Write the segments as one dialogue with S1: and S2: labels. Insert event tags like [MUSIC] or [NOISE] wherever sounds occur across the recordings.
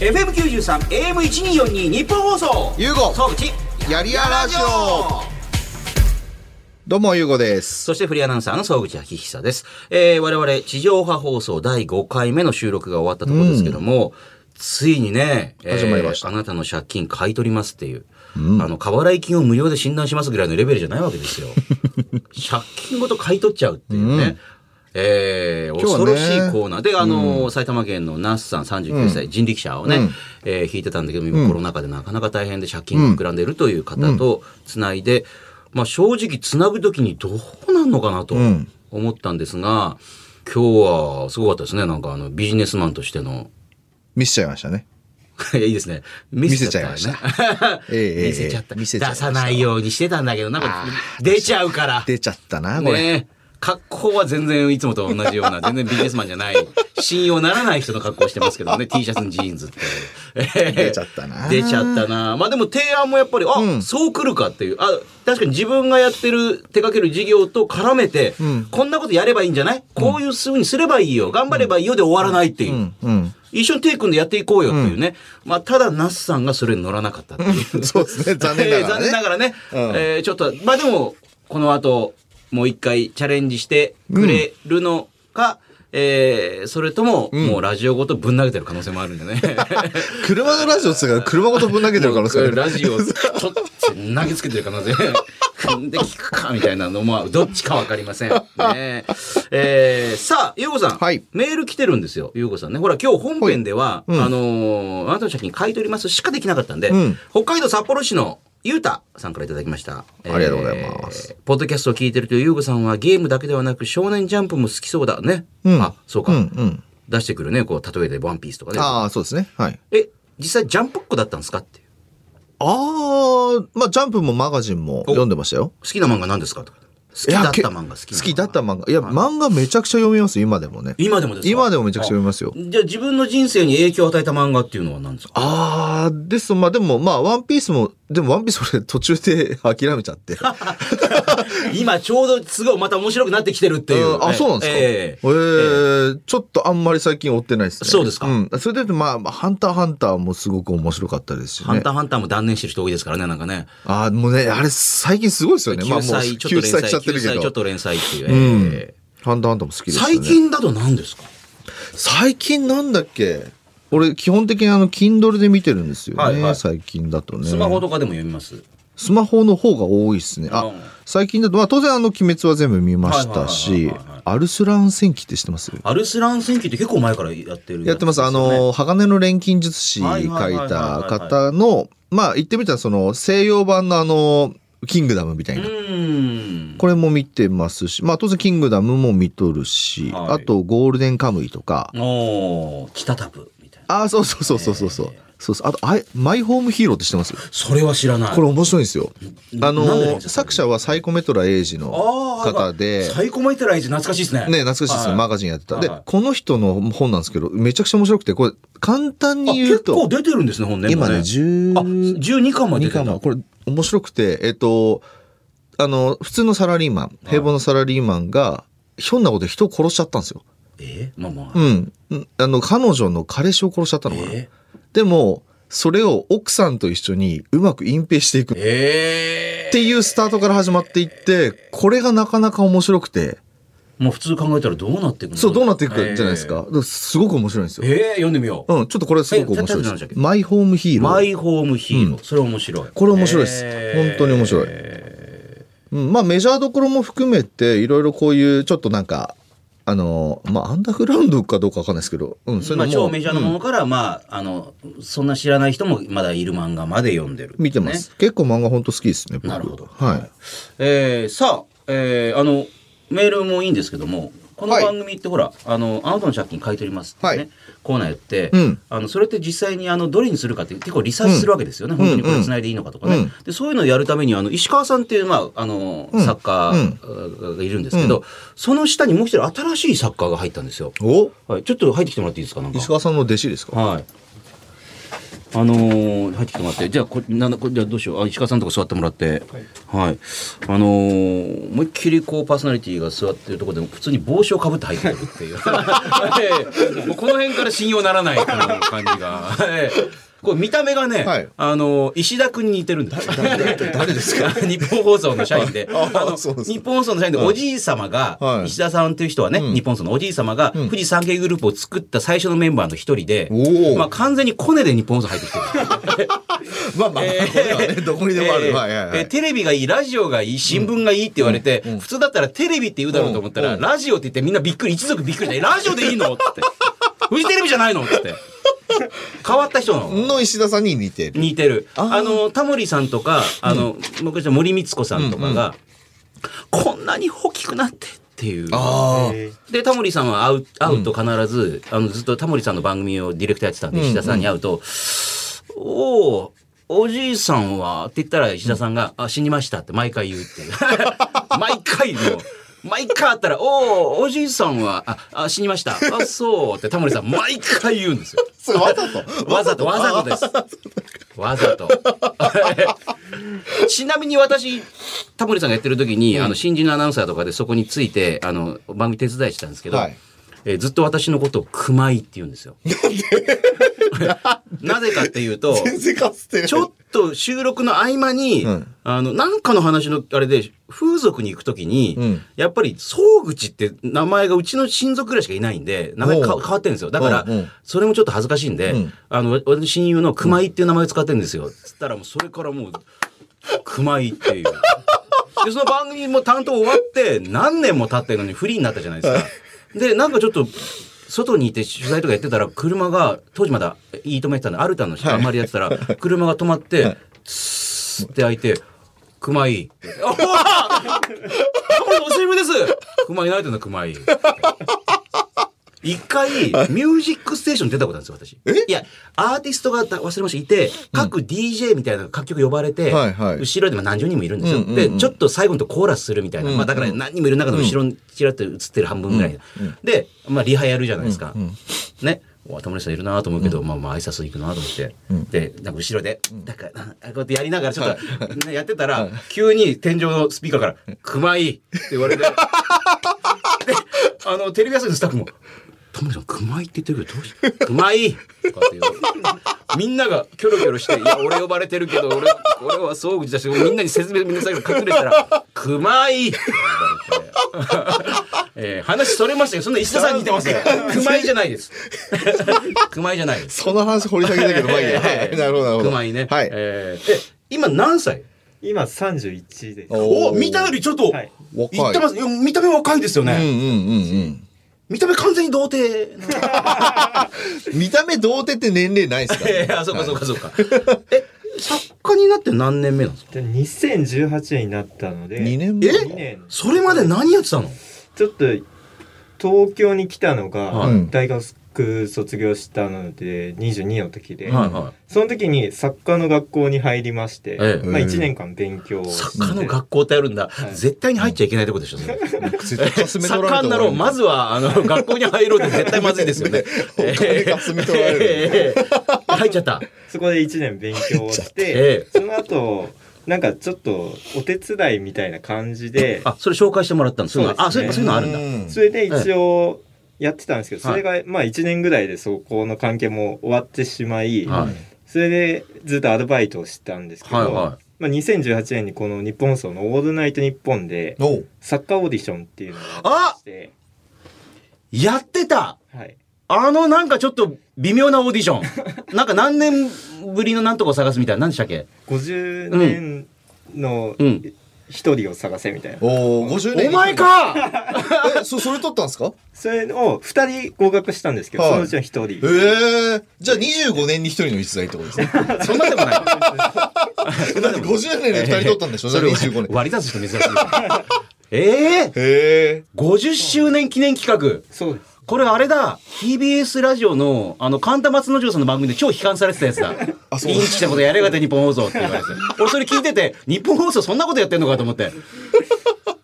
S1: FM93 AM1242 日本放送
S2: ゆうご
S1: 総口
S2: やりやラジオどうもゆうごです
S1: そしてフリーアナウンサーの総口昭久です、えー、我々地上波放送第5回目の収録が終わったところですけども、ついにね、えー
S2: 始まりました
S1: あなたの借金買い取りますっていう、あの過払い金を無料で診断しますぐらいのレベルじゃないわけ
S2: [LAUGHS]
S1: ですよ借金ごと買い取っちゃうっていうね、えー
S2: 日
S1: 恐
S2: はね
S1: ろしいコーナーで、あの埼玉県のナスさん39歳、人力車をね、えー引いてたんだけど今コロナ禍でなかなか大変で借金が膨らんでいるという方とつないで、まあ、正直つなぐ時にどうなんのかなと思ったんですが、今日はすごかったですねなんかあのビジネスマンとしての。 [LAUGHS]
S2: 見せちゃいましたね
S1: いやいいですね。見せちゃったよね
S2: 見せちゃいま
S1: [LAUGHS]
S2: した。ええええ
S1: 見せちゃった。
S2: 見せちゃいま
S1: 出
S2: した
S1: さないようにしてたんだけど、なんか出ちゃうから。
S2: 出ちゃったなこれ、
S1: ねえ格好は全然いつもと同じよう
S2: [LAUGHS]
S1: な、全然ビジネスマンじゃない、信用ならない人の格好してますけどね、T
S2: [LAUGHS]
S1: シャツにジーンズって。ええ
S2: 出ちゃったな
S1: 出ちゃったな。まあでも提案もやっぱり、あ、そう来るかっていう。あ、確かに自分がやってる、手掛ける事業と絡めて、こんなことやればいいんじゃないこういうふうにすればいいよ。頑張ればいいよで終わらないっていう。 [LAUGHS]
S2: うん
S1: 一緒に手組んでやっていこうよっていうね。まあ、ただ、ナスさんがそれに乗らなかったっていう。
S2: そうですね [LAUGHS] 残念なが
S1: [LAUGHS] えー
S2: らね
S1: 残念ながらね。えーちょっと、まあでも、この後、もう一回チャレンジしてくれるのか、えーそれとも、もうラジオごとぶん投げてる可能性もあるんでね。
S2: 車のラジオっつうから車ごとぶん投げてるからそれ
S1: [LAUGHS] ラジオをちょっと投げつけてる可
S2: [LAUGHS]
S1: 能性。組んで聞くかみたいなのも、どっちかわかりませ
S2: [LAUGHS]
S1: ん。ねええーさあ、ゆうこさん、
S2: はい
S1: メール来てるんですよ、ゆうこさんね。ほら、今日本編では、あのーあなたの借金買い取りますしかできなかったんで、
S2: ん
S1: 北海道札幌市のゆうたさんからいただきました。
S2: ありがとうございます
S1: えーポッドキャストを聞いてるというゆうこさんはゲームだけではなく少年ジャンプも好きそうだね。
S2: うん
S1: あ、そうか、
S2: うんうん
S1: 出してくるね、こう、例えでワンピースとかね。
S2: ああそうですねはい
S1: え、実際ジャンプっ子だったんですかっていう。
S2: ああまあジャンプもマガジンも読んでましたよ
S1: 好きな漫画何ですかとか。好きだった
S2: いやけ
S1: 漫画好きな
S2: 好きだった漫画いや漫画めちゃくちゃ読みますよ今でもね
S1: 今でもですか
S2: 今でもめちゃくちゃ読みますよ
S1: じゃあ自分の人生に影響を与えた漫画っていうのは何ですか
S2: ああですまあでもまあワンピースもでもワンピース俺途中で [LAUGHS] 諦めちゃって
S1: 今ちょうどすごいまた面白くなってきてるっていう。
S2: うんあ、そうなんですか。
S1: え
S2: え
S1: え
S2: えちょっとあんまり最近追ってないですね。
S1: そうですか
S2: ん。それで、まあまあ、ハンターハンターもすごく面白かったですしね。
S1: ハンターハンターも断念してる人多いですからね、なんかね。
S2: ああ、もうね、あれ最近すごいですよね。まあ
S1: 救
S2: もう
S1: 済ちょっと連
S2: 救済
S1: 載、
S2: しちゃって
S1: 救
S2: るけ
S1: 済ちょっ
S2: ど。
S1: と連載っていうう。え
S2: ん
S1: え。
S2: ハンターハンターも好きですね。
S1: 最近だと何ですか
S2: 最近なんだっけ俺、基本的にあの、Kindle で見てるんですよね。
S1: はいはい
S2: 最近だとね。
S1: スマホとかでも読みます。
S2: スマホの方が多いですね。あ、
S1: うん
S2: 最近だと、まあ当然あの、鬼滅は全部見ましたし
S1: はいはいはいはいはい、
S2: アルスラン戦記って知ってます
S1: アルスラン戦記って結構前からやってるつですよね。
S2: やってます。あの、鋼の錬金術師書い
S1: はいはいはい
S2: た
S1: はいはい
S2: 方の、まあ言ってみたらその西洋版のあの、キングダムみたいうな。
S1: ん。
S2: これも見てますし、まあ当然キングダムも見とるし、
S1: はい
S2: あとゴールデンカムイとか、
S1: おー、北タプみたいな。
S2: ああ、そうそうそうそうそうそう。そうそうあとあいマイホームヒーローって知ってます
S1: それは知らない。
S2: これ面白いんですよ。
S1: な
S2: あ
S1: んでなん
S2: の、
S1: ですか
S2: 作者はサイコメトラエイジの
S1: あー
S2: 方で、
S1: サイコマイテライズ懐かしいですね。
S2: ね、懐かしいですね、マガ
S1: ジ
S2: ジンやってた。
S1: はい
S2: で、この人の本なんですけど、めちゃくちゃ面白くて、これ簡単に言う
S1: 結構
S2: と、
S1: 出てるんですね、本ね。
S2: 今
S1: あ、
S2: ね、10
S1: 12巻まで
S2: 二
S1: 出て
S2: 巻
S1: んだ
S2: はこれ面白くてえっ、とあの普通のサラリーマン平凡のサラリーマンがひょんなことで人を殺しちゃったんですよ。
S1: えまあま
S2: う
S1: あ。
S2: ん、うんあの彼女の彼氏を殺しちゃったのかな。
S1: え
S2: でもそれを奥さんと一緒にうまく隠蔽していくっ
S1: え
S2: ていうスタートから始まっていってこれがなかなか面白くて
S1: もう普通考えたらどうなっていくの
S2: そうどうなっていくかじゃないですか。だ。からすごく面白いんです
S1: えー
S2: よ。
S1: えー読んでみよう。
S2: うんちょっとこれすごく
S1: え
S2: 面白い
S1: タイトルなんでしたっけ
S2: です。マイホームヒーロー。
S1: マイホームヒーロー。それ面白い。
S2: これ面白いです
S1: えー
S2: 本当に面白いうん、まあメジャーどころも含めていろいろこういうちょっとなんかあのまあアンダーグラウンドかどうかわかんないですけど、うん、そ
S1: ま
S2: ういうの
S1: あ
S2: も、
S1: 超メジャーなも
S2: うん
S1: のから、まあ、あの、そんな知らない人もまだいる漫画まで読んでる。
S2: 見てま
S1: ね
S2: す、結構漫画本当好きですね僕
S1: なるほど
S2: はい
S1: えーさあ、えーあのメールもいいんですけどもこの
S2: はい
S1: 番組ってほら、あのあなたの借金買い取りますってね、
S2: はい
S1: コーナーやって、
S2: うん
S1: あのそれって実際にあのどれにするかって結構リサーチするわけですよね、本当にこれ繋いでいいのかとかね、
S2: うん
S1: でそういうのをやるためにあの石川さんっていう、まあ、あの作家がいるんですけど、その下にもう一人新しい作家が入ったんですよ、
S2: お
S1: [LAUGHS] はい、ちょっと入ってきてもらっていいですかなんか
S2: 石川さんの弟子ですか
S1: はいああのー入ってきてもらって、じゃあこ、なんだ、こじゃあどうしよう。あ、石川さんとか座ってもらって。はい。あのー思いっきりこう、パーソナリティが座ってるところで、普通に帽子をかぶって入ってくるっていう。
S2: [LAUGHS]
S1: ええもうこの辺から信用ならないこの感じが。ええこう見た目がね、
S2: はい
S1: あのー石田君に似てるんですよ。
S2: 誰ですか
S1: [LAUGHS] 日本放送の社員で、
S2: [LAUGHS] あ
S1: あの
S2: そうです
S1: 日本放送の社員でおじい様が、
S2: はい
S1: 石田さんという人はね、
S2: うん
S1: 日本放送のおじい様が、
S2: うん
S1: 富士山系グループを作った最初のメンバーの一人で、
S2: おお
S1: まあ完全にコネで日本放送入ってきてる。
S2: [LAUGHS] まあまあ、まあこれはね、 [LAUGHS] どこにでもある。
S1: えー
S2: はいはいは
S1: え
S2: い
S1: ーテレビがいい、ラジオがいい、新聞がいいって言われて、普通だったらテレビって言うだろうと思ったら、
S2: うん
S1: ラジオって言ってみんなびっくり、一族びっくりして、えラジオでいいのっつって。フジテレビじゃないのっつって。変わった人なの。
S2: の石田さんに似てる。
S1: 似てる。
S2: あー
S1: あの、タモリさんとか、あの、昔の森光子さんとかが、こんなに大きくなってっていう。
S2: あ
S1: で、タモリさんは会う、会うと必ず、あの、ずっとタモリさんの番組をディレクターやってたんで、石田さんに会うと、おおおじいさんはって言ったら石田さんが、あ、死にましたって毎回言うっていう。 [LAUGHS] 毎回もう、毎回会ったら、おおおじいさんは、あ、あ死にました。あ、そうってタモリさん毎回言うんですよ。
S2: あ。それわざと。
S1: [LAUGHS] わざと、わざとです。
S2: [LAUGHS]
S1: わざと。 [LAUGHS] ちなみに私、タモリさんがやってる時に、あの、新人のアナウンサーとかでそこについて、あの、番組手伝いしてたんですけど、
S2: はい
S1: えーずっと私のことを熊井って言うんですよ。
S2: [LAUGHS]
S1: なぜかっていうと、
S2: 全然かつてる。
S1: ちょっと収録の合間に、
S2: うん
S1: あの、なんかの話のあれで、風俗に行くときに、
S2: うん
S1: やっぱり、総口って名前がうちの親族ぐらいしかいないんで、名前か変
S2: おう
S1: わってるんですよ。だから、
S2: うんうん
S1: それもちょっと恥ずかしいんで、
S2: うん
S1: あの、私の親友の熊井っていう名前を使ってるんですよ。つったら、もうそれからもう、熊井っていう。で、その番組も担当終わって、何年も経ってるのにフリーになったじゃないですか。で、なんかちょっと、外にいて取材とかやってたら、車が、当時まだ、いいとめてたんで、アルタのあんまりやってたら、車が止まって、つーって開いて、熊井。あ、ほらタモリお久しぶりです熊井泣いてるの、熊井。一回、ミュージックステーションに出たことあるんですよ、私。いや、アーティストが忘れました、いて、各 DJ みたいな各局呼ばれて、
S2: はいはい
S1: 後ろでも何十人もいるんですよ。
S2: うんうんうん
S1: で、ちょっと最後のとこコーラスするみたいな。
S2: うんうん
S1: まあ、だから何人もいる中の後ろにちらっと映ってる半分ぐらい。で、まあ、リハやるじゃないですか。ね。おタモリさんいるなと思うけど、まあまあ挨拶行くなと思って、でなんか後ろで、なんかあこうやってやりながらちょっと、ねやってたら、急に天井のスピーカーから「熊井」って言われてで [LAUGHS] あのテレビ朝日のスタッフも「タモリさん熊井って言ってるけどどうして熊井!」とかって言うみんながキョロキョロして「いや俺呼ばれてるけど俺俺は総口だしみんなに説明みんなさいから隠れてたら「熊井!」って言われて。えー話それましたけど、そんな石田さんに似てますよ。熊井じゃないです。熊井じゃないです。
S2: その話掘り下げたけど、まあいいや。はいなるほど、なるほど。
S1: 熊井ね。
S2: はい。
S1: えーえ今何歳
S3: 今31です。
S2: お
S1: お見たよりちょっと、
S3: はい
S1: 言ってます。いや見た目若いですよね。
S2: うんうんうん
S1: 見た目完全に童貞。
S2: うん。見た目童貞って年齢ないです
S1: [LAUGHS]
S2: か
S1: いやいや、そうかそうかそうか。え、作家になって何年目なんですか
S3: で2018年になったので、
S2: ?2 年目
S1: え
S3: 二年
S1: それまで何やってたの
S3: ちょっと東京に来たのが、
S1: はい
S3: 大学卒業したので22の時で、
S1: はいはい。
S3: その時に作家の学校に入りまして、
S1: ええ
S3: まあ、
S2: ええ
S3: 1年間勉強をして
S1: 作家の学校ってあるんだ
S3: は。い
S1: 絶対に入っちゃいけないとこでしょ、それ
S2: 絶対かすめ取られ
S1: 盛んな
S2: た。
S1: ろう。まずは、あの、学校に入ろうって絶対まずいですよ [LAUGHS] ね
S2: [LAUGHS] お金かすみ取られる
S1: ええ入っちゃった。
S3: そこで1年勉強をして、
S1: [LAUGHS] え
S3: その後なんかちょっとお手伝いみたいな感じで
S1: [LAUGHS] あ、それ紹介してもらったの。そういうの、あ、
S3: そ
S1: そううい
S3: で
S1: う
S3: すね
S1: のあるんだ。
S3: それで一応やってたんですけど、
S1: は
S3: そ
S1: い
S3: れがまあ1年ぐらいでそこの関係も終わってしまい、
S1: はい
S3: それでずっとアルバイトをしてたんですけど、
S1: はいは
S3: まあ、2018年にこの日本放送の「オールナイトニッポン」で
S2: おう
S3: サッカーオーディションっていうのをやってまして、
S1: い。やってた
S3: はい、
S1: あのなんかちょっと微妙なオーディション。なんか何年ぶりのなんとかを探すみたいな。何でしたっけ
S3: 50年の
S1: うん
S3: 一人を探せみたいな、
S2: おう50年
S1: お前か
S2: えそそれ取ったんですか
S3: それを2人合格したんですけど、
S2: はい
S3: そのうちの一人、
S2: ええじゃあ25年に1人の逸材ってことで
S1: [LAUGHS]
S2: すねだって
S1: [LAUGHS] そんなでもない。
S2: 50年で2人取ったんで
S1: [LAUGHS]
S2: しょじゃあ25年
S1: 割り出す人珍しい。 [LAUGHS] ええ
S2: へえ
S1: 50周年記念企画。
S3: そうです
S1: これあれだ TBS ラジオのあの神田松之丞さんの番組で超批判されてたやつだ
S2: [LAUGHS] あそう
S1: インチしたことやれがて日本放送って言われて
S2: [LAUGHS]
S1: 俺それ聞いてて日本放送そんなことやってんのかと思って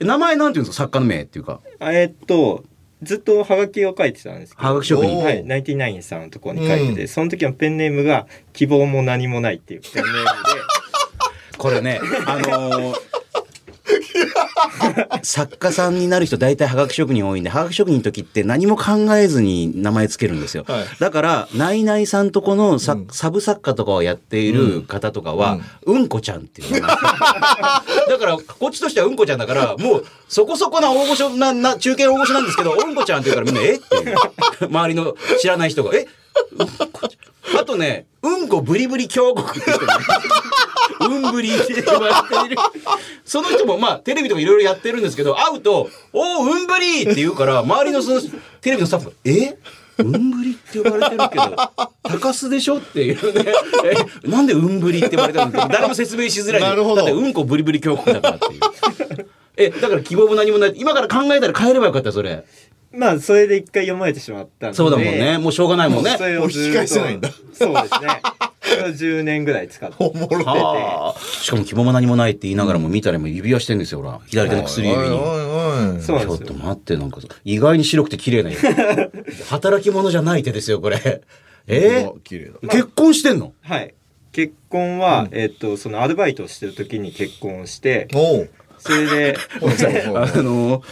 S1: 名前なんていうんですか作家の名っていうか
S3: えーっとずっとハガキを書いてたんですけど
S1: はがき職人
S3: はいナインティナインさんのところに書いてて、その時のペンネームが希望も何もないっていうペンネー
S1: [LAUGHS]
S3: ムで
S1: これね、あのー作家さんになる人大体はがき職人多いんではがき職人の時って何も考えずに名前つけるんですよ、
S2: はい
S1: だからナイナイさんとこのさ、サブ作家とかをやっている方とかは、うん、こちゃんっていう名前だからこっちとしてはうんこちゃんだからもうそこそこな大御所なな中堅大御所なんですけどうんこちゃんって言うからみんなえっていう周りの知らない人がえうんこちゃんあとねうんこブリブリ強国って人もいるうんぶりって言われている。その人もまあテレビとかいろいろやってるんですけど、会うと、おお、うんぶりって言うから、周りのそのテレビのスタッフが、えうんぶりって呼ばれてるけど、高須でしょっていうね。え、なんでうんぶりって呼ばれてるのって誰も説明しづらい。
S2: なるほど
S1: だってうんこぶりぶり強国だからっていう。え、だから希望も何もない。今から考えたら変えればよかった、それ。
S3: まあそれで一回読まれてしまったんで
S1: そうだもんね。もうしょうがないもんね。
S3: それをずっ
S2: も
S3: と
S2: う引き返せないんだ
S3: そうですね [LAUGHS] それを10年ぐらい使って
S2: おもろ
S3: あ
S1: はあしかも希望も何もないって言いながらも見たらもう指輪してんですよ、ほら。左手の薬指に。
S2: おいおいおい
S3: そうな
S1: ちょっ
S3: んですよ
S1: と待って、なんかそう意外に白くて綺麗な指働き者じゃない手ですよ、これ。え
S2: うわ綺麗だ
S1: ー結婚してんの
S3: はい結婚は、えっとそのアルバイトをしてる時に結婚して
S2: おう
S3: それで
S2: おいおい
S1: あ
S2: お
S1: [LAUGHS]
S2: い
S1: のー、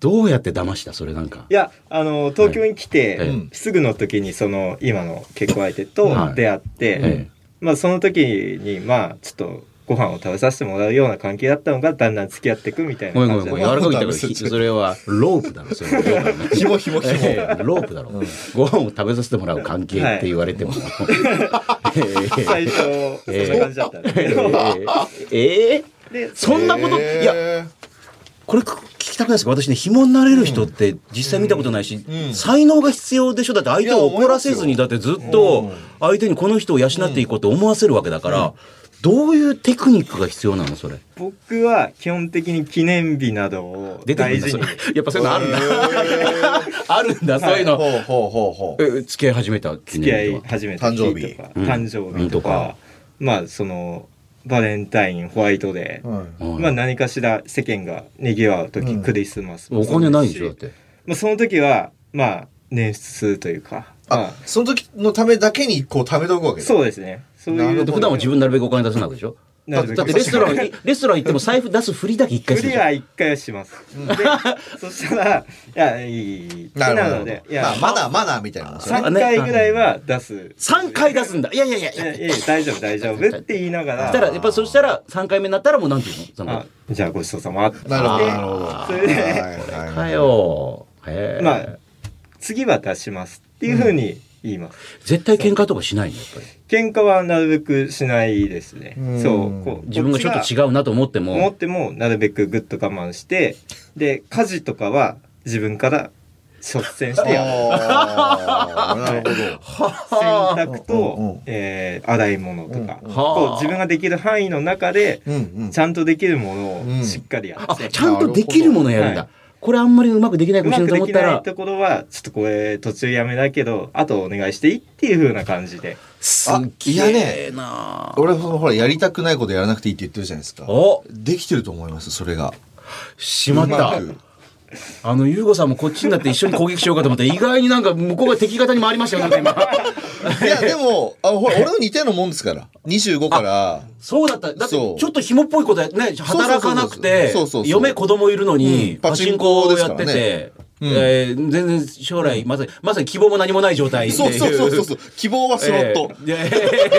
S1: どうやって騙したそれなんか
S3: い。やあの東京に来て、
S1: はい
S2: ええ
S3: すぐの時にその今の結婚相手と出会って、
S1: え
S3: まあ、その時にまあちょっとご飯を食べさせてもらうような関係だったのがだんだん付き合っていくみたい
S1: えご
S3: な
S1: めん
S3: 感
S1: ごめ
S3: じ
S1: んごめん
S3: で
S1: 柔らかく言ったから
S2: そっ
S1: ひ
S2: ち
S1: それはロープだろそれはロープだろ
S2: ひもひもひも
S1: ええロープだろ、ご飯を食べさせてもらう関係って言われても、ええ
S3: 最初そんな感じだったんですけど、
S1: ええええ
S3: で
S1: そんなこと、
S2: へー
S1: いやこれ聞きたくないですか私ね紐になれる人って実際見たことないし、
S2: うん
S1: 才能が必要でしょだって相手を怒らせずにだってずっと相手にこの人を養っていこうと思わせるわけだから、どういうテクニックが必要なのそれ
S3: 僕は基本的に記念日などを
S1: 出てくるん
S3: 大
S1: だ
S3: 事
S1: そ
S3: に
S1: れ [LAUGHS] やっぱそういうのあるんだ、 [LAUGHS] あるんだそういうの、
S2: ほうほうほうほう
S1: え付き合い始めた記
S3: 付き合
S1: 念日
S3: い
S1: は
S3: 始めた
S2: 誕
S3: 日
S2: 生日
S3: とか
S1: うん
S3: 誕生日とか,、まあそのバレンタインホワイトデー、
S2: はい
S1: はい
S3: まあ、何かしら世間がにぎわう時、
S2: うん
S3: クリスマスも
S1: お
S3: そう
S1: 金ないん
S3: す
S1: でし
S3: し
S1: ょだって
S3: まあ、その時はまあ捻出というかま
S2: あその時のためだけにこう貯めておくわ
S3: あ、
S2: けね
S3: そうですねそう
S2: なる
S3: い
S2: ほ
S3: う
S1: で
S2: ど
S1: 普段は自分なるべくお金出さないわけでしょだ
S3: なるべく
S1: だってレストランに [LAUGHS] レストラン行っても財布出すふりだけ一回
S3: ク
S1: する
S3: リ
S1: じゃん
S3: ア一回はします。で、そしたら、いや、いいいい、
S2: なるほ
S3: な
S2: ど
S3: の
S2: なる
S3: で
S2: ほ、
S3: い
S2: どま
S3: や
S2: あ、マナーマナーみたいなもんですよね
S1: さ
S3: 3回ぐらいは出す。
S1: 3回出すんだいやいやいや
S3: いやいや大丈夫、大丈夫って言いなが
S1: した
S3: ら、
S1: らやっぱそしたら3回目になったらもうなんていうのそ
S3: あ
S1: の
S3: じゃあごちそうさまって。
S2: なるほどなる
S3: で
S2: ほど
S3: それで
S2: はいはいはい
S1: かよへえ、
S3: まあ、次は出しますっていうふうに言います。
S1: 絶対喧嘩とかしないのやっぱり
S3: 喧嘩はなるべくしないですね
S2: うん。
S3: そう、こう。
S1: 自分がちょっと違うなと思って
S3: 思っ
S1: も
S3: ても、なるべくぐっと我慢して、で、家事とかは自分から率先してやる。
S2: あーなるほど
S3: 洗濯
S2: う
S3: と
S2: ん、
S3: えー洗い物とか、
S2: うん
S3: こう自分ができる範囲の中で
S2: うんうん
S3: ちゃんとできるも
S2: う
S3: の
S2: ん
S3: をしっかりや
S1: あ
S3: って、
S1: ちゃんとできるものやるんだ、
S3: は
S1: これあんまりうまくできないうかも
S3: ま
S1: しれ
S3: く
S1: ないと思っ
S3: でき
S1: た
S3: ない
S1: ら
S3: ところはちょっとこれ途中やめだけどあとお願いしていいっていう風な感じです
S1: っ
S2: い
S1: げ
S2: やね
S1: えな
S2: 俺そのほらやりたくないことやらなくていいって言ってるじゃないですか
S1: お
S2: できてると思いますそれが
S1: しまっ
S2: う
S1: た
S2: まく
S1: あのゆうごさんもこっちになって一緒に攻撃しようかと思ったら意外になんか向こうが敵方に回りましたよなんか今
S2: [LAUGHS] いやでもあほら俺も似たようなもんですから25から
S1: そうだっただってち
S2: そ
S1: ょ
S2: う
S1: っと紐っぽいことやね働かなくて
S2: そうそうそうそうそうそうそう
S1: 嫁子供いるのに、
S2: うん
S1: パ
S2: パ
S1: チ
S2: チ
S1: ン
S2: ン
S1: コ
S2: コ
S1: を
S2: です
S1: や
S2: か
S1: って
S2: らね
S1: て、
S2: うん
S1: えー全然将来まさにまさに希望も何もない状態ってい
S2: そう
S1: う。
S2: そうそうそうそう希望はスロット、
S1: えーいやいやい [LAUGHS] やいや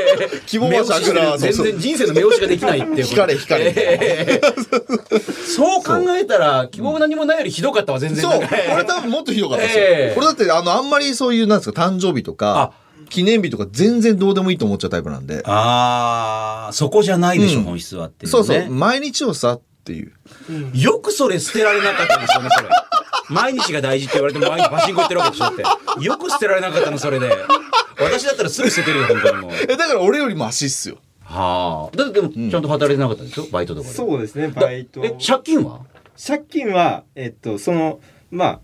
S2: 希望は桜
S1: 目押ししてる
S2: そうそう
S1: 全然人生の目押しができないっていうこと
S2: 光れ光れ
S1: えーそう考えたら希望も何もないよりひどかったわ全然
S2: そう
S1: なんか
S2: 俺多分もっとひどかったですよ、
S1: ええ
S2: 俺だってあのあんまりそういうなんですか誕生日とか記念日とか全然どうでもいいと思っちゃうタイプなんで
S1: あーそこじゃないでしょ、
S2: うん
S1: 本質はっていう、ね、
S2: そうそう毎日をさっていう
S1: よくそれ捨てられなかったの、それ、そ [LAUGHS] れ。毎日が大事って言われても毎日パチンコ行ってるわけでしょって。よく捨てられなかったの、それで。私だったらすぐ捨ててるよ、本当にもう。
S2: えだから俺よりマシっすよ
S1: はあ。だってでも、ちゃんと働いてなかったでしょバイトとかで。
S3: そうですね
S1: だ
S3: バイト
S1: え、借金は
S3: 借金はえっとそのまあ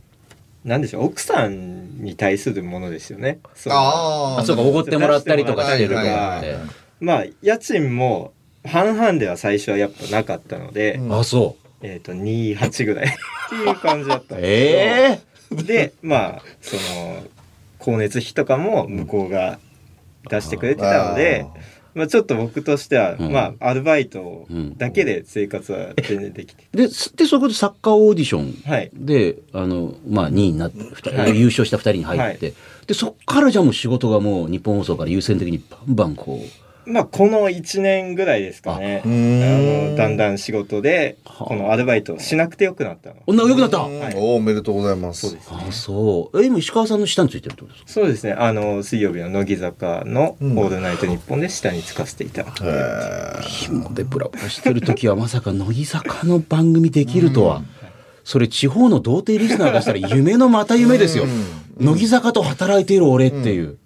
S3: なんでしょう奥さんに対するものですよねその
S2: あ
S1: あ、そうか、おごってもらったりとかしてるか
S2: はい
S1: ら
S2: は
S1: っ
S2: い
S1: て
S2: は。
S3: まあ家賃も半々では最初はやっぱなかったので、
S2: うん
S1: あ、そう。
S3: えっ、と28ぐらいっていう感じだったんですけ
S1: [LAUGHS]
S3: ど
S1: ええ
S3: でまあその光熱費とかも向こうが出してくれてたので、まあ、ちょっと僕としては、
S1: うん
S3: まあアルバイトだけで生活は全然できて、
S1: で、すで、そこでサッカーオーディション
S3: はい
S1: で、あの、まあ、2位になって、二人
S3: はい
S1: 優勝した2人に入って、で、そっからじゃあもう仕事がもう日本放送から優先的にバンバンこう、
S3: まあこの1年ぐらいですかねあ
S2: うーん
S3: のだんだん仕事で
S1: はあ
S3: このアルバイトをしなくてよくなったの
S1: 女が良くなった、
S3: はい
S2: おおめでとうございま
S3: そう
S2: す
S3: ですね
S1: あ、そう。え、今石川さんの下についてるってことですか
S3: そうですねあの水曜日の乃木坂の「
S2: うん
S3: オールナイトニッポン」で下につかせてい
S1: [LAUGHS]
S3: ただく、
S2: へー
S1: 紐でブラブラしてる時はまさか乃木坂の番組できるとは、それ地方の童貞リスナーがしたら夢のまた夢ですよ、
S2: うん
S1: 乃木坂と働いている俺っていう、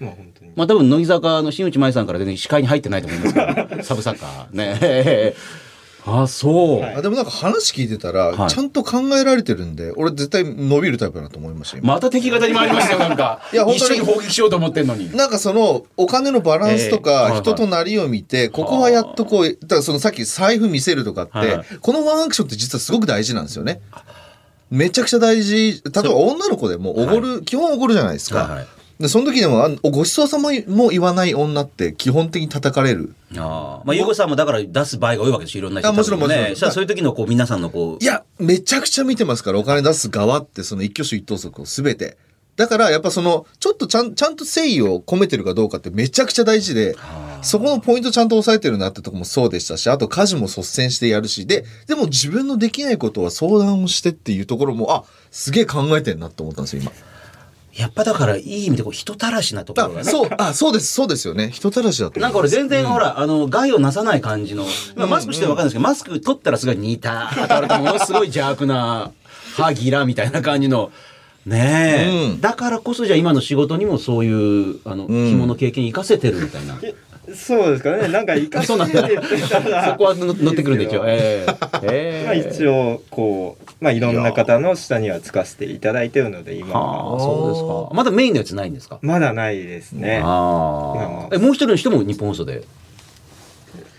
S3: まあ本当に
S1: まあ多分乃木坂の新内舞さんから全然視界に入ってないと思いますけ [LAUGHS] どサブサッカーねあそう、
S3: はい
S2: あでもなんか話聞いてたら、
S1: はい
S2: ちゃんと考えられてるんで俺絶対伸びるタイプだなと思いました今
S1: また敵方に回りましたよなんか
S2: いや本
S1: 一緒
S2: 当に
S1: に砲撃しようと思ってんのに
S2: なんかそのお金のバランスと
S1: ええはいは
S2: か
S1: い
S2: 人となりを見て、ここはやっとこうだからそのさっき財布見せるとかって、
S1: はいはい
S2: このワンアクションって実はすごく大事なんですよね。めちゃくちゃ大事例えば女の子でもおごる、基本おごるじゃないですか、
S1: はいはい
S2: でその時でもあのごちそうさまも言わない女って基本的に叩かれる
S1: ああまあ優子さんもだから出す場合が多いわけでしょいろんな人
S2: あもちろん
S1: 多分
S2: もちろん
S1: さあそういう時のこう皆さんのこう
S2: いやめちゃくちゃ見てますからお金出す側ってその一挙手一投足を全てだからやっぱそのちょっとちゃんちゃんと誠意を込めてるかどうかってめちゃくちゃ大事で
S1: あ
S2: そこのポイントちゃんと押さえてるなってとこもそうでしたしあと家事も率先してやるしででも自分のできないことは相談をしてっていうところもあすげえ考えてんなと思ったんですよ今
S1: やっぱだからいい意味でこう人たらしなところが
S2: あ
S1: ね
S2: そうあそうですそうですよね人たらしだと思
S1: なんか俺全然ほら、あの、害をなさない感じの、まあ、マスクしてわかるんですけど、マスク取ったらすごい似た、当たるとものすごい邪悪な、歯ギラみたいな感じの、ねえ、
S2: うん
S1: だからこそじゃあ今の仕事にもそういう、あの、
S2: ん
S1: 紐の経験生かせてるみたいな。
S3: そうですかねなんか生か
S1: そう
S3: し
S1: なん
S3: て
S1: だ。
S3: って言った [LAUGHS] ら
S1: そこは乗乗ってくるんで一応。えええ
S3: まあ
S1: え
S3: 一応こうまあいろんな方の下にはつかせていただいてるので今
S1: は
S3: は
S1: あ、そうですか。まだメインのやつないんですか
S3: まだないですね。あ
S1: ああ。え、もう一人の人も日本放送で。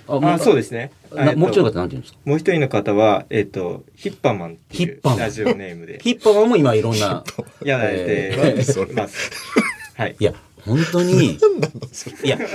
S1: あ
S3: そう
S1: で
S3: ですね。
S1: す。な
S3: えっと
S1: もう一人の方なんて言うんですか
S3: もう一人の方はえっとヒッパマンって
S1: ヒ
S3: い
S1: ッ
S3: う
S1: パマン
S3: ラジオネームで
S1: ヒッパーも今いろんな。
S3: やられてます。はい
S1: い。や、本当
S2: [LAUGHS]
S1: に。いや、例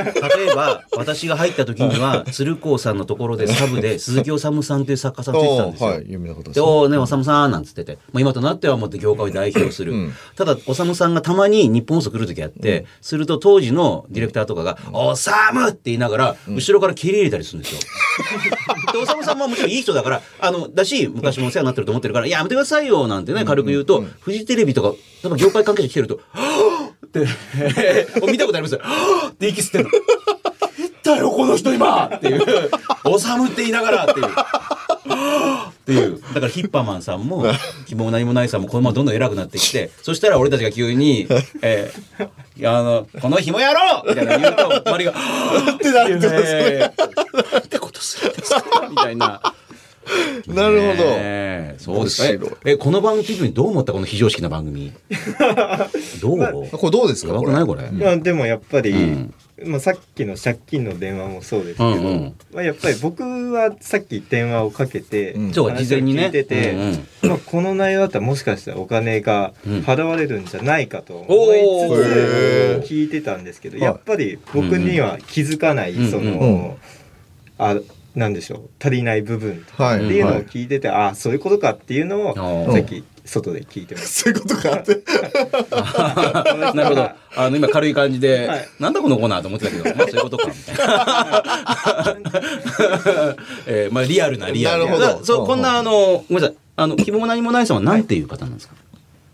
S1: えば、私が入った時には、鶴光さんのところでサブ
S2: [LAUGHS]
S1: で、鈴木治さんという作家さんついてたん
S2: お
S1: です
S2: ー
S1: よ。
S2: はい有名なことです
S1: で、おーね、おさむさんなんつってて、まあ、今となってはもっと業界を代表する。
S2: うん
S1: ただ、おさむさんがたまに日本放送来る時あって、すると当時のディレクターとかが、おさむって言いながら、後ろから蹴り入れたりするんですよ。 [LAUGHS] で、おさむさんももちろんいい人だから、あの、だし、昔もお世話になってると思ってるから、いややめてくださいよ、なんてね、軽く言うと、フジテレビとか、なんか業界関係者来てると、はぁって、 [LAUGHS] 見たことありますよ。はぁって息吸ってるの。だよ、この人今っていう、おさむって言いながらっていう。っていう。だからヒッパーマンさんも、希望も何もないさんも、このままどんどん偉くなってきて、そしたら俺たちが急に、えーいやあの、この紐やろうみたいなの言うと、周りが、ってなるんですね。ってことするんですかみたいな。
S2: なるほ
S1: ね
S2: ど、
S1: えそうですか
S2: 面白い。
S1: え、えこの番組的にどう思ったこの非常識な番 [LAUGHS] 組。どう
S2: これどうですか
S1: やば
S2: こ
S1: く
S2: れ
S1: ないこれ。
S3: まあでもやっぱり、
S1: うん
S3: まあ、さっきの借金の電話もそうですけ
S1: う
S3: ど、
S1: んうん。
S3: まあ、やっぱり僕はさっき電話をかけて、
S2: うん
S1: そうか、事前にね。
S3: 話を聞いてて
S1: うんうん
S3: まあ、この内容だったらもしかしたらお金が払われるんじゃないかと思
S1: お
S3: い
S2: ー
S3: つつ聞いてたんですけど
S2: へー
S3: やっぱり僕には気づかない、
S1: うん
S3: その、
S2: うん
S3: あなんでしょう足りない部分とか
S2: は
S3: っ
S2: い
S3: ていうの
S2: は
S3: を
S2: い
S3: 聞いてて、ああそういうことかっていうのを
S1: あー
S3: さっき外で聞いてま
S2: [LAUGHS]
S3: す。
S2: そういうことかって
S1: [LAUGHS] なるほど。あの、今軽い感じで、
S3: はい
S1: なんだこのコーナーと思ってたけど、まあそういうことか、みたいな。 [LAUGHS] えーまあリアルなリアルな。
S2: なるほど
S1: だからそう、こんなあの、ごめんなさい。あの、希望も何もないさんは何ていう方なんですか、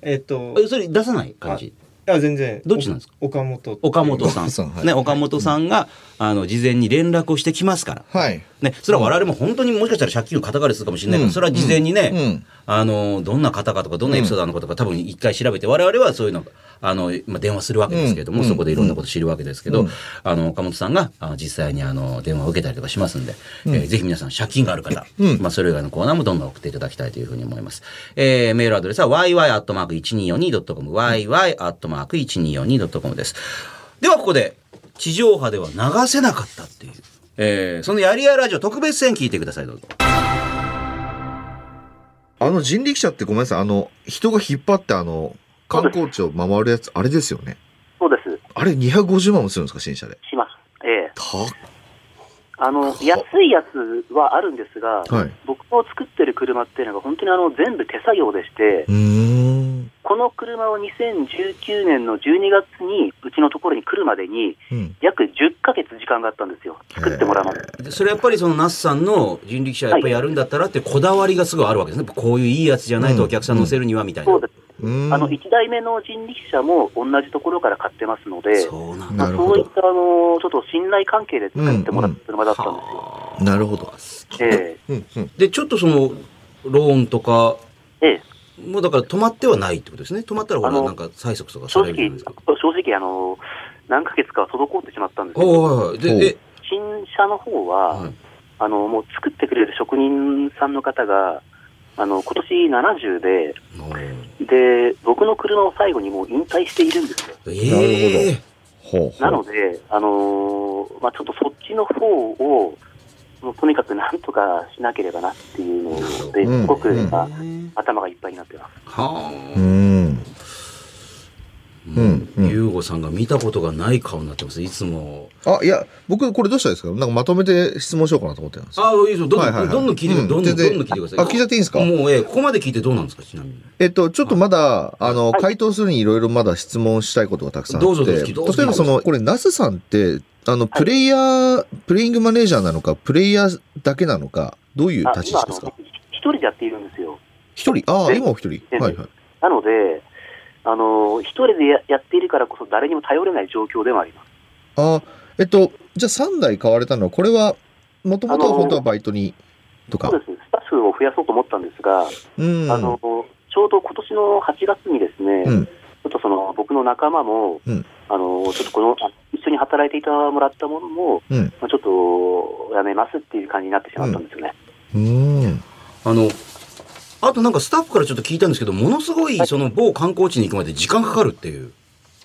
S3: えっと
S1: えそれ出さない感じ。
S3: あ全然
S1: どっちなんですか
S3: お岡本っていう
S1: 岡本さん。
S2: 岡本さんはい
S1: ね、岡本さんが、あの、事前に連絡をしてきますから。
S2: はい
S1: ね、それは我々も本当にもしかしたら借金を肩代わりするかもしれないから、
S2: うん
S1: それは事前にね、
S2: うんうん
S1: あのどんな方かとかどんなエピソードなのかとか、多分一回調べて我々はそういうのあの、まあ、電話するわけですけれども、
S2: うん
S1: そこでいろんなこと知るわけですけど、
S2: うん
S1: あの岡本さんがあの実際にあの電話を受けたりとかしますんで、えーぜひ皆さん借金がある方、
S2: うん
S1: まあ、それ以外のコーナーもどんどん送っていただきたいというふうに思います、えーメールアドレスは yy.1242.com yy.1242.com ですではここで地上波では流せなかったっていう、えーそのやりやラジオ特別編聞いてくださいどうぞ
S2: あの人力車ってごめんなさい、あの、人が引っ張ってあの、観光地を回るやつ、あれですよね。
S4: そうです。
S2: あれ250万もするんですか、新車で。
S4: します。ええ
S2: た
S4: あの、安いやつはあるんですが、
S2: はい。
S4: 僕の作ってる車っていうのが本当にあの全部手作業でして、
S2: うーん。
S4: この車を2019年の12月にうちのところに来るまでに
S2: うん。
S4: 約10ヶ月時間があったんですよ。作ってもらうまで。
S1: でそれやっぱりその那須さんの人力車やっぱりやるんだったらってこだわりがすごいあるわけですね。こういういいやつじゃないとお客さん乗せるにはみたいな。
S4: そうです。
S2: うーん。
S4: あの、1台目の人力車も同じところから買ってますので、
S1: そうなん
S4: ま
S1: だ。
S4: あ
S2: なるほ
S4: そ
S2: ど
S4: ういったあのちょっと信頼関係で作ってもらった車だったんですよ。
S1: はあ
S2: なるほど。
S4: え
S2: うん、うん。
S1: で、ちょっとその、ローンとか、
S4: えええ
S1: もうだから止まってはないってことですね。止まったらほ
S4: あ
S1: ら、
S4: の
S1: なんか催促とかさ
S4: 正
S1: れるじゃな
S4: 直
S1: いですか。、
S4: 正直あの、何ヶ月かは滞ってしまったんですけど、
S1: おいおいおい
S2: ほう
S1: で、で、
S4: 新車の方は、
S1: はい
S4: あのもう作ってくれる職人さんの方が、あの今年70で
S1: もう
S4: で、僕の車を最後にもう引退しているんですよ。
S1: ええ
S2: ほうほう。
S4: なので、あのーまあ、ちょっとそっちの方を、もうとにかくなんとかしなければなっていうので、
S2: うん
S4: すごく、
S2: うん
S4: まあ頭がいっぱいになってます。
S2: うー
S1: は
S2: ん。
S1: あ。
S2: んうん
S1: ゆうごさんが見たことがない顔になってます。いつも。
S2: あ、いや、僕、これどうしたらいいですかなんかまとめて質問しようかなと思ってるんですよ
S1: ああ、いいですよ。どんどん、
S2: はいはいはい
S1: どんどん聞いてください。
S2: うん
S1: どんどん、
S2: 全
S1: ど
S2: 然
S1: んどん聞いてください。
S2: あ、聞いちゃっていいんですか
S1: もう、ええここまで聞いてどうなんですか、ちなみに。
S2: えっと、ちょっとまだ、あの、
S4: はい
S2: 回答するにいろいろまだ質問したいことがたくさんあって。
S1: どうぞどうぞどうぞ
S2: 例えばその、これ、ナスさんって、あの、プレイヤー、プレイングマネージャーなのか、プレイヤーだけなのか、どういう
S4: あ
S2: 立ち位
S4: 今あ
S2: 置で
S4: の
S2: すか
S4: 僕一人でやっているんですよ。
S2: 一人ああ、
S4: 全
S2: 今お一人。
S4: 全
S2: はいはい。
S4: なので、あの一人でややっているからこそ誰にも頼れない状況でもあります。
S2: あえっと、じゃあ3台買われたのは、これは、もともとは本当はバイトに、とか
S4: そう。ですね、スタッフを増やそうと思ったんですが、
S2: うん。
S4: あのちょうど今年の8月にですね、
S2: うん
S4: ちょっとその僕の仲間も、
S2: うん
S4: あのちょっとこのあ一緒に働いていたもらったものも、
S2: うん
S4: まあ、ちょっとやめますっていう感じになってしまったんですよね。
S2: うん。
S1: あの、あとなんかスタッフからちょっと聞いたんですけど、ものすごい、その某観光地に行くまで時間かかるっていう。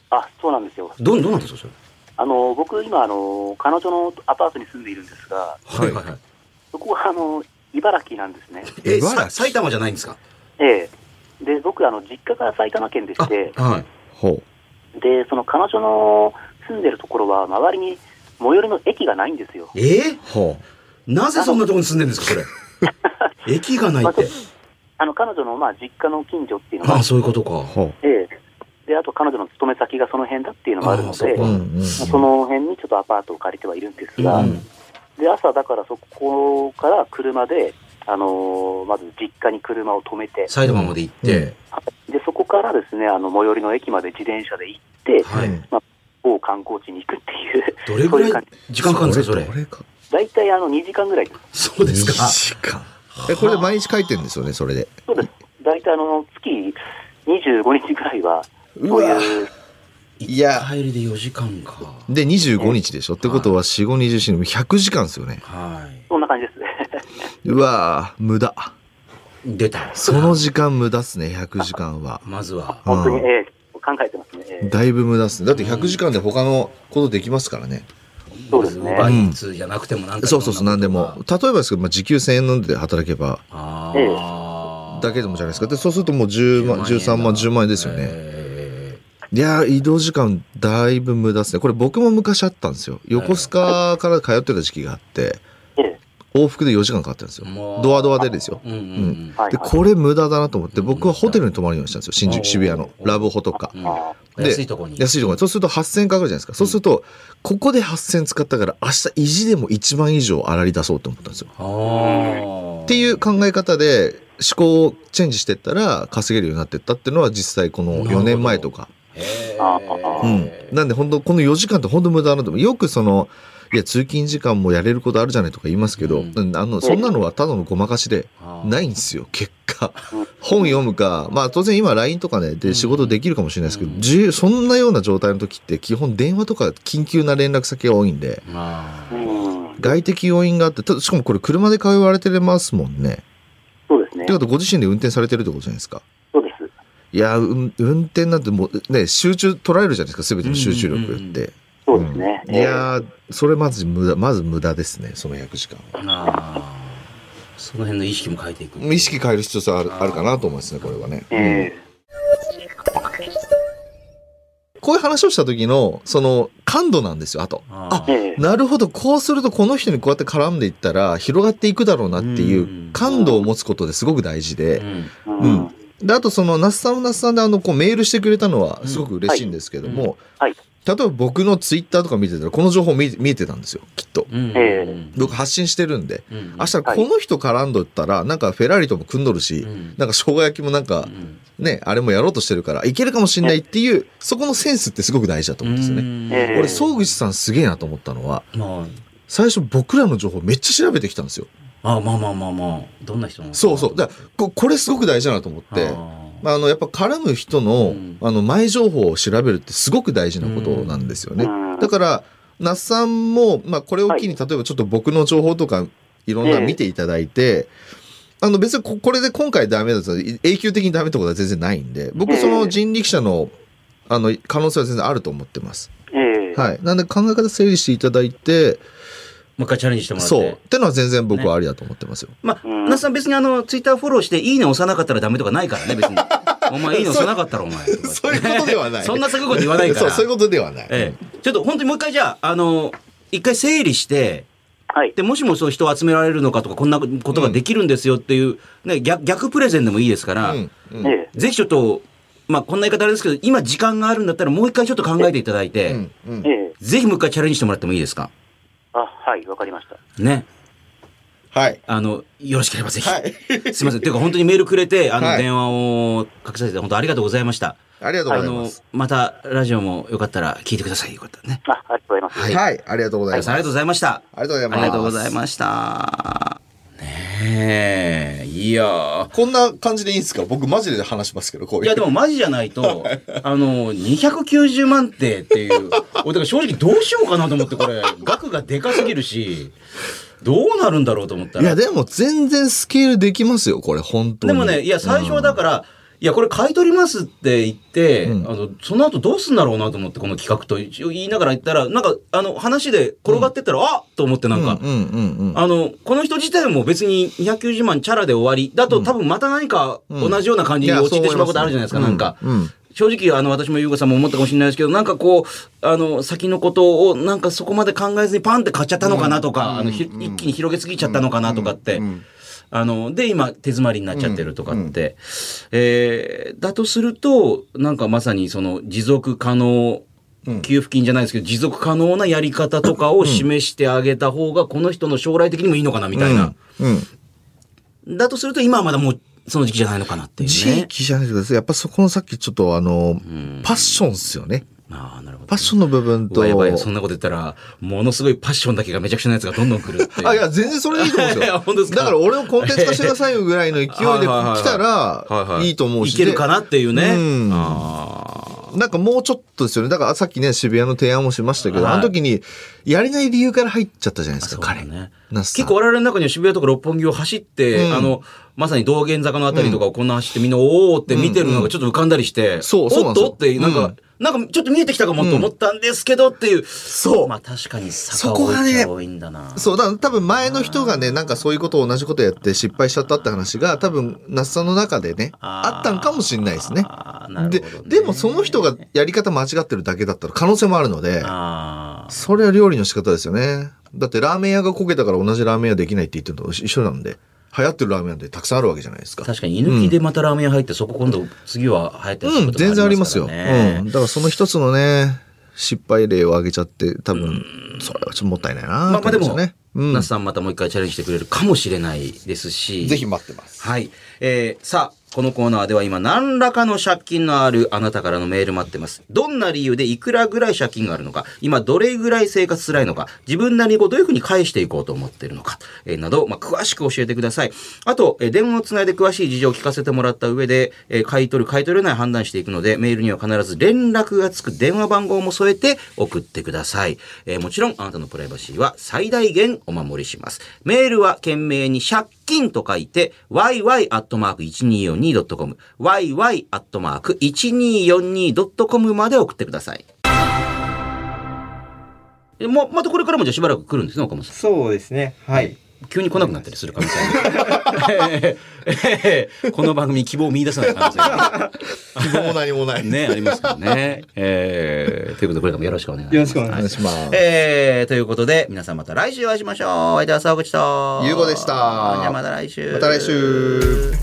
S4: あそうなんですよ
S1: どう、どうなんですか、それ。
S4: あの僕、今あの、彼女のアパートに住んでいるんですが、
S1: はいはいはい。
S4: そこはあの茨城な
S2: [LAUGHS]
S4: んですね。
S1: え、
S2: 茨城
S1: さ埼玉じゃないんですか
S4: ええ、で僕あの、実家が埼玉県でして、
S1: はい。
S2: ほ
S4: でその彼女の住んでるところは、周りに最寄りの駅がないんですよ。
S1: えー
S2: う。ほ
S1: なぜそんなところに住んでるんですか、それ。駅がないって。
S4: あの彼女のまあ実家の近所っていうのが
S1: ああ、そういうことか
S2: う。。ほ
S4: ええ、であと彼女の勤め先がその辺だっていうのもあるの
S1: あそう
S4: で、
S2: う。
S1: か
S4: ま
S2: んうん。
S4: あその辺にちょっとアパートを借りてはいるんです
S1: うん
S4: が、
S1: うん
S4: で朝、だからそこから車で、あのーまず実家に車を止めて、
S1: 埼玉まで行って、
S4: でそこからですねあの最寄りの駅まで自転車で行って、
S1: は
S2: う
S1: い
S2: ん。
S4: 某観光地に行くっていう、
S1: どれ
S4: そ
S1: ぐ
S4: ういう
S1: ら
S4: 感
S1: い時間かかるんですか、それ
S2: ど。れか。
S4: 大体あの2時間ぐらいです、
S1: そうですか。
S2: か。え、これで毎日書いてるんですよね、それで。
S4: そうです大体あの月25日ぐらいは、
S2: う
S4: そういう、
S2: いや。
S1: 帰りで4時間か。
S2: で、25日でしょってことは、4、5、24、100時間ですよね。
S1: はい。
S4: そんな感じですね。 [LAUGHS]
S2: うわぁ、無駄。
S1: 出た。
S2: その時間無駄っすね、100時間は。
S1: まずは。
S2: うん
S4: 本当に、ええ考えてますね。ええ
S2: だいぶ無駄っすね。だって100時間で他のことできますからね。
S4: そうですね
S1: まず Uber Eats じゃなくてもなんかいろんなことが。
S2: そうそうそう、なんでも。例えばですけど、まあ、時給1000円飲んで働けば、
S1: あ
S4: え
S1: あ。
S2: だけでもじゃないですか。で、そうするともう10万、13万、10万円ですよね。
S1: ね。
S2: いやー、移動時間だいぶ無駄っすね。これ僕も昔あったんですよ。横須賀から通ってた時期があって、
S4: ええ
S2: 往復で4時間かかってるんですよ。
S1: もう
S2: ドアドアでですよ。
S1: うんうん
S4: はい
S2: で、
S4: はい
S2: これ無駄だなと思って、僕はホテルに泊まるようにしたんですよ。新宿、渋谷の。ラブホとか
S1: う。ん。うん
S4: ああ
S2: で
S1: 安いとこに。
S2: 安いところそうすると8000円かかるじゃないですか。そうすると、ここで8000円使ったから、明日意地でも1万以上粗利出そうと思ったんですよ。
S1: あー
S2: っていう考え方で、思考をチェンジしてったら、稼げるようになってったっていうのは、実際この4年前とか。
S1: へー
S4: ああ
S2: うん。なんで、本当この4時間って本当無駄だなと思う。よくその、いや、通勤時間もやれることあるじゃないとか言いますけど、
S1: う
S2: あの、そんなのはただのごまかしで、
S1: あー
S2: ないんですよ、結果
S4: うん。
S2: 本読むか、まあ当然今 LINE とかね、で仕事できるかもしれないですけど
S1: うん、
S2: じゅそんなような状態の時って基本電話とか緊急な連絡先が多いんで、
S1: まあ
S4: うん、
S2: 外的要因があって、ただしかもこれ車で通われてますもんね。
S4: そうですね
S2: って。ことはご自身で運転されてるってことじゃないですか。
S4: そうです。
S2: いや、うん運転なんてもうね、集中取られるじゃないですか、全ての集中力
S1: うん
S2: っ
S1: うんうん
S2: て。
S4: そうですね。
S2: いやー、それまず無駄、まず無駄ですね、その100時間は。
S1: あその辺の意識も変えていく。
S2: 意識変える必要性はあるあるかなと思いますね、これはね。
S4: え
S2: こういう話をした時の、その、感度なんですよ、あと。
S1: あ
S4: え
S1: ー
S4: ええ
S2: なるほど、こうするとこの人にこうやって絡んでいったら、広がっていくだろうなっていううん感度を持つことですごく大事で
S1: う。ん
S4: うん
S2: うんで、あとその、那須さんは那須さんであの、こうメールしてくれたのはすごく嬉しいんですけども、
S4: はい
S2: 例えば僕のツイッターとか見てたら、この情報見見えてたんですよ、きっと。
S1: うん
S4: ええ
S2: 僕発信してるんで。
S1: うん
S2: 明日この人絡んどったら、なんかフェラーリとも組んどるし、
S1: うん
S2: なんか生姜焼きもなんか
S1: うん
S2: ね、あれもやろうとしてるから、いけるかもしれないっていう、そこのセンスってすごく大事だと思うんですよね。
S4: ええ
S2: 俺、総口さんすげえなと思ったのは、
S1: ま
S2: 最初僕らの情報めっちゃ調べてきたんですよ。
S1: あ、あまあまあまあまあ、どんな人なの
S2: そうそう。だからここれすごく大事だなと思っ
S1: で
S2: て、まあ、あの、やっぱ絡む人
S1: う
S2: の、
S1: ん
S2: あの、前情報を調べるってすごく大事なことなんですよね。
S4: うん
S2: だから、那須さんも、まあ、これを機に、例えばちょっと僕の情報とか、いろんなの見ていただいて、あの、別にここれで今回ダメだったら、い永久的にダメってことは全然ないんで、僕、その人力車の、あの、可能性は全然あると思ってます。
S4: ええ
S2: はい。なんで、考え方整理していただいて、
S1: もう一回チャレンジしてもらって。
S2: そう。ってのは全然僕はありだと思ってますよ。
S1: まあ、
S4: うん
S1: 那須さん別にあの、ツイッターフォローして、いいね押さなかったらダメとかないからね、別に。お
S2: [LAUGHS]
S1: 前、いいね押さなかったら、お前。
S2: [LAUGHS] そういうことではない
S1: そんな錯誤で言わないか
S2: そう、
S1: ら。
S2: そういうことではない。
S1: ええ。ちょっと本当にもう一回じゃあ、あの、一回整理して、
S4: はい。
S1: で、もしもそう人を集められるのかとか、こんなことができるんですよっていう、ね、逆、逆プレゼンでもいいですから、
S2: うん。うん
S4: ええ
S1: ぜひちょっと、まあ、こんな言い方あれですけど、今時間があるんだったらもう一回ちょっと考えていただいて、
S2: うん。うん
S4: ええ
S1: ぜひもう一回チャレンジしてもらってもいいですか
S4: あ、はい、わかりました。
S1: ね。
S2: はい。
S1: あの、よろしければぜひ。
S2: はい。
S1: [LAUGHS] すみません。ていうか本当にメールくれて、あの、
S2: はい
S1: 電話をかけさせて、本当ありがとうございました。
S2: ありがとう
S1: あ
S2: ございま
S1: の
S2: す。、
S1: またラジオもよかったら聞いてください。よかったらね。
S4: あ、ありがとうございます。
S1: はい。
S2: はい。ありがとうござい
S1: あり
S2: ま
S1: が
S2: す。
S1: とうございました。
S2: ありがとうござい
S1: あ
S2: ます。
S1: りがとうございました。ねえ、いやー。
S2: こんな感じでいいんですか僕マジで話しますけど、こういう。
S1: いやでもマジじゃない
S2: [LAUGHS]
S1: と、あの、290万点っていう、 [LAUGHS] 俺だから正直どうしようかなと思ってこれ、額がでかすぎるし、どうなるんだろうと思った
S2: いや
S1: ら。
S2: でも全然スケールできますよ、これ、本当に。
S1: でもね、いや最初はだから、いやこれ買い取りますって言って、
S2: うん
S1: あのその後どうすんだろうなと思ってこの企画と一応言いながら言ったらなんかあの話で転がってったら、あっと思ってなんか、
S2: うんうんうんうん。
S1: あの、この人自体も別に290万チャラで終わりだと、多分また何か
S2: うん
S1: 同じような感じに陥ってしまうことあるじゃないですか、なんか。
S2: うんうん
S1: 正直、あの、私も優香さんも思ったかもしれないですけど、なんかこう、あの、先のことを、なんかそこまで考えずにパンって買っちゃったのかなとか、あの、ひ
S2: うん
S1: 一気に広げすぎちゃったのかなとかって、
S2: うんうん
S1: あの、で、今、手詰まりになっちゃってるとかって、えーだとすると、なんかまさにその、持続可能、
S2: うん
S1: 給付金じゃないですけど、持続可能なやり方とかを示してあげた方が、この人の将来的にもいいのかな、みたいな。
S2: うんうん
S1: だとすると、今はまだもう、その時期じゃないのかなっていう
S2: 地
S1: ね。
S2: 域じゃないですけど、やっぱそこのさっきちょっとあの
S1: ん、
S2: パッションっすよね。
S1: ああ、なるほど。
S2: パッションの部分
S1: う
S2: と。
S1: わやばいそんなこと言ったら、ものすごいパッションだけがめちゃくちゃなやつがどんどん来るっていう。
S2: [LAUGHS] あ、いや、全然それでいいと思うんで
S1: [LAUGHS]
S2: す
S1: いや
S2: よ。
S1: 本当ですか
S2: だから俺をコンテンツ化してくださいよぐらいの勢いで来
S1: はいはいはい
S2: た
S1: はい
S2: ら
S1: は、
S2: いいと思うし。
S1: いけるかなっていうね。
S2: うん
S1: あ
S2: なんかもうちょっとですよね。だからさっきね、渋谷の提案もしましたけど、
S1: はい
S2: あの時に、やれない理由から入っちゃったじゃない
S1: あ。
S2: です
S1: そ
S2: か、
S1: うだ
S2: 彼。
S1: ね。
S2: 那須さ
S1: 結
S2: ん
S1: 構我々の中には渋谷とか六本木を走って、
S2: うん
S1: あの、まさに道玄坂のあたりとかをこんな走ってみんなおーって見てるのがちょっと浮かんだりして、
S2: そうそうな
S1: お
S2: ん
S1: っ
S2: ですよ
S1: とって、なんか、なんかちょっと見えてきたかもと思ったんですけどっていう。
S2: そう
S1: まあ確かに坂
S2: そこ
S1: 多い
S2: がね
S1: っちゃ多いんだな。
S2: そう、だから多分前の人がね、なんかそういうことを同じことやって失敗しちゃったって話が、多分、那須さんの中でね、
S1: あー
S2: あったんかもしれないですね。
S1: あーなる
S2: で
S1: ほど、ね
S2: でもその人がやり方間違ってるだけだったら可能性もあるので、
S1: あー
S2: それは料理の仕方ですよね。だってラーメン屋が焦げたから同じラーメン屋できないって言ってるのと一緒なんで、流行ってるラーメン屋ってたくさんあるわけじゃないですか。
S1: 確かに居抜きでまたラーメン屋入って、そこ今度次は流行ったりす
S2: う
S1: る
S2: ん、
S1: ことも
S2: 全然あります
S1: か
S2: よ。
S1: ら
S2: う
S1: ね
S2: ん。だからその一つのね、失敗例を挙げちゃって、多分、それはちょっともったいないな
S1: まあまあで
S2: と
S1: も、
S2: 思
S1: 那
S2: いすよね。うん
S1: 須さんまたもう一回チャレンジしてくれるかもしれないですし。
S2: ぜひ。待ってます。
S1: はい。えー、さあ、このコーナーでは今何らかの借金のあるあなたからのメール待ってます。どんな理由でいくらぐらい借金があるのか、今どれぐらい生活辛いのか、自分なりにこうどういうふうに返していこうと思っているのか、えーなど、まあ、詳しく教えてください。あと、えー電話をつないで詳しい事情を聞かせてもらった上で、えー買い取る、買い取れない判断していくので、メールには必ず連絡がつく電話番号も添えて送ってください。えーもちろん、あなたのプライバシーは最大限お守りします。メールは懸命に借金と書いて、yy.1242.com、yy.1242.com まで送ってください。えま、またこれからもじゃあしばらく来るんですね、岡本さん。
S3: そうですねはい
S1: 急に来なくなったりする可能性あ [LAUGHS] るええこの番組希望を見出さない可能性が
S2: 希望も何もない。
S1: ねありますから [LAUGHS] ね。ええということでこれからもよろしくお願いし
S3: よ
S1: ま
S3: ろ
S1: す
S3: し。くお
S2: お
S3: 願
S2: 願
S3: い
S2: い
S3: し
S2: します。
S1: えー、ということで皆さんまた来週お会いしましょう。お相手は沢口と
S2: ゆうごでした
S1: じゃあまた来週。
S2: また来週。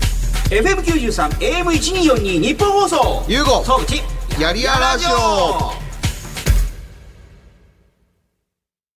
S1: FM 九十三 AM 一二四二日本放送。
S2: ゆうご
S1: 沢口
S2: やりやラジオ。